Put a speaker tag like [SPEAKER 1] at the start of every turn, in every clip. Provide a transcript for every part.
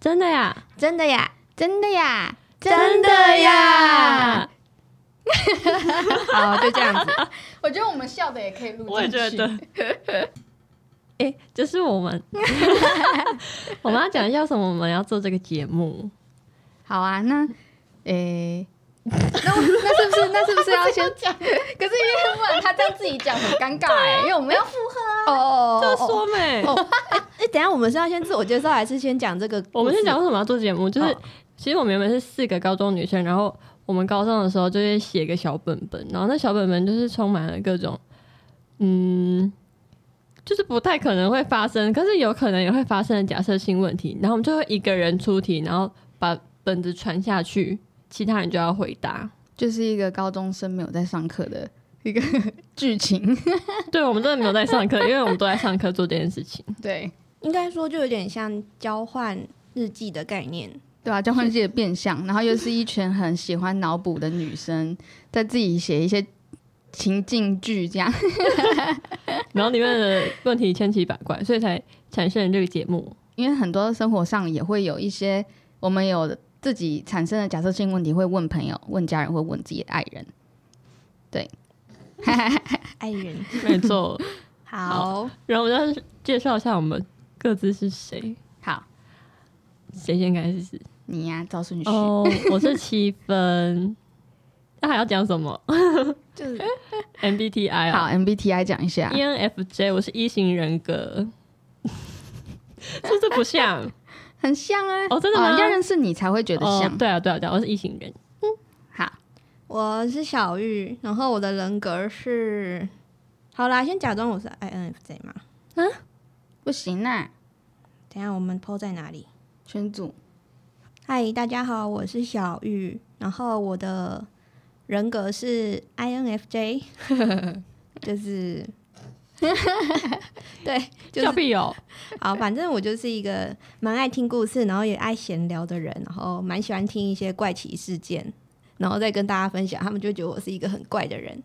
[SPEAKER 1] 真的呀，
[SPEAKER 2] 真的呀，真的呀，！！好，就这样子。
[SPEAKER 3] 我觉得我们笑的也可以录进去。
[SPEAKER 1] 我也觉得。 哎、就是我们， 我们要讲一下为什么我们要做这个节目。
[SPEAKER 2] 好啊，那诶、那我那是不是那是不是要先？
[SPEAKER 3] 讲，可是因为不然他这样自己讲很尴尬哎、因为我们要附和啊。
[SPEAKER 2] 哦哦
[SPEAKER 1] 这
[SPEAKER 2] 哦哦，
[SPEAKER 1] 说没、
[SPEAKER 2] 哎、等一下我们是要先自我介绍，还是先讲这个？
[SPEAKER 1] 我们先讲，为什么要做节目，就是、
[SPEAKER 2] 哦
[SPEAKER 1] 其实我们原本是四个高中女生，然后我们高中的时候就会写一个小本本，然后那小本本就是充满了各种，嗯，就是不太可能会发生，可是有可能也会发生的假设性问题，然后我们就会一个人出题，然后把本子传下去，其他人就要回答。
[SPEAKER 3] 就是一个高中生没有在上课的一个 剧情，
[SPEAKER 1] 对，我们真的没有在上课，因为我们都在上课做这件事情。
[SPEAKER 3] 对
[SPEAKER 2] 应该说就有点像交换日记的概念。
[SPEAKER 3] 对啊，交换自己的变相，然后又是一群很喜欢脑补的女生，在自己写一些情境剧这样。
[SPEAKER 1] 然后里面的问题千奇百怪，所以才产生了这个节目。
[SPEAKER 3] 因为很多生活上也会有一些我们有自己产生的假设性问题，会问朋友、问家人，会问自己的爱人。
[SPEAKER 2] 爱人，
[SPEAKER 1] 没错，
[SPEAKER 2] 好，
[SPEAKER 1] 然后我们要介绍一下我们各自是谁，
[SPEAKER 3] 好，
[SPEAKER 1] 谁先开始？
[SPEAKER 3] 你呀、照顺序。
[SPEAKER 1] 哦，我是七分。那还要讲什么
[SPEAKER 2] 就是
[SPEAKER 1] ？MBTI
[SPEAKER 3] 好
[SPEAKER 1] 啊、E
[SPEAKER 3] ，MBTI 讲一下。
[SPEAKER 1] ENFJ，我是一型人格， 是不是不像？
[SPEAKER 3] 很像啊！
[SPEAKER 1] 哦真的吗
[SPEAKER 3] 要认识你才会觉得
[SPEAKER 1] 哦
[SPEAKER 3] 像。，
[SPEAKER 1] 对啊，对啊，对啊，我是一型人。
[SPEAKER 3] 好，
[SPEAKER 2] 我是小玉，然后我的人格是，好啦，先假装我是 INFJ 嘛。
[SPEAKER 3] 不行啊，
[SPEAKER 2] 等一下我们 PO 在哪里？
[SPEAKER 3] 群主
[SPEAKER 2] 嗨，大家好，我是小玉，然后我的人格是 INFJ，就是，对，就
[SPEAKER 1] 笑
[SPEAKER 2] 是
[SPEAKER 1] 屁哦！
[SPEAKER 2] 好，反正我就是一个蛮爱听故事，然后也爱闲聊的人，然后蛮喜欢听一些怪奇事件，然后再跟大家分享，他们就觉得我是一个很怪的人。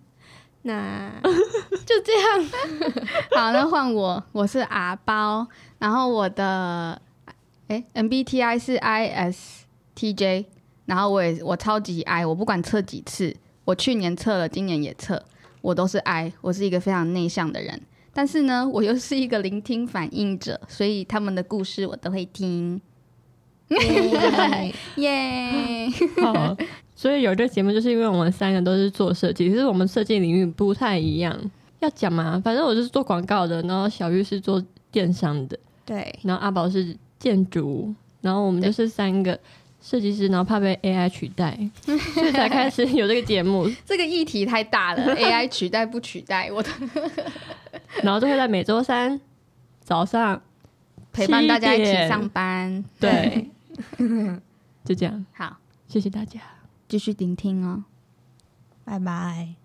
[SPEAKER 2] 那就这样，
[SPEAKER 3] 好，那换我，我是 R 包，然后我的哎 MBTI 是 ISTJ，然后我也我超级 I，我不管测几次，我去年测了，今年也测，我都是 I，我是一个非常内向的人，但是呢，我又是一个聆听反应者，所以他们的故事我都会听，
[SPEAKER 2] 耶
[SPEAKER 3] 耶、
[SPEAKER 1] 好，所以有这节目，就是因为我们三个都是做设计，其实我们设计领域不太一样。要讲嘛，反正我就是做广告的，然后小玉是做电商的，
[SPEAKER 2] 对，
[SPEAKER 1] 然后阿宝是建筑，然后我们就是三个设计师，然后怕被 AI 取 代，所以才开始有这个节目，
[SPEAKER 3] 这个议题太大了，AI 取代不取代，我都
[SPEAKER 1] 然后就会在每周三早上
[SPEAKER 3] 陪伴大家一
[SPEAKER 1] 七
[SPEAKER 3] 起
[SPEAKER 1] 点
[SPEAKER 3] 上班。
[SPEAKER 1] 对， 就这样，
[SPEAKER 3] 好，
[SPEAKER 1] 谢谢大家。
[SPEAKER 3] 继续聆听哦。
[SPEAKER 2] 拜拜。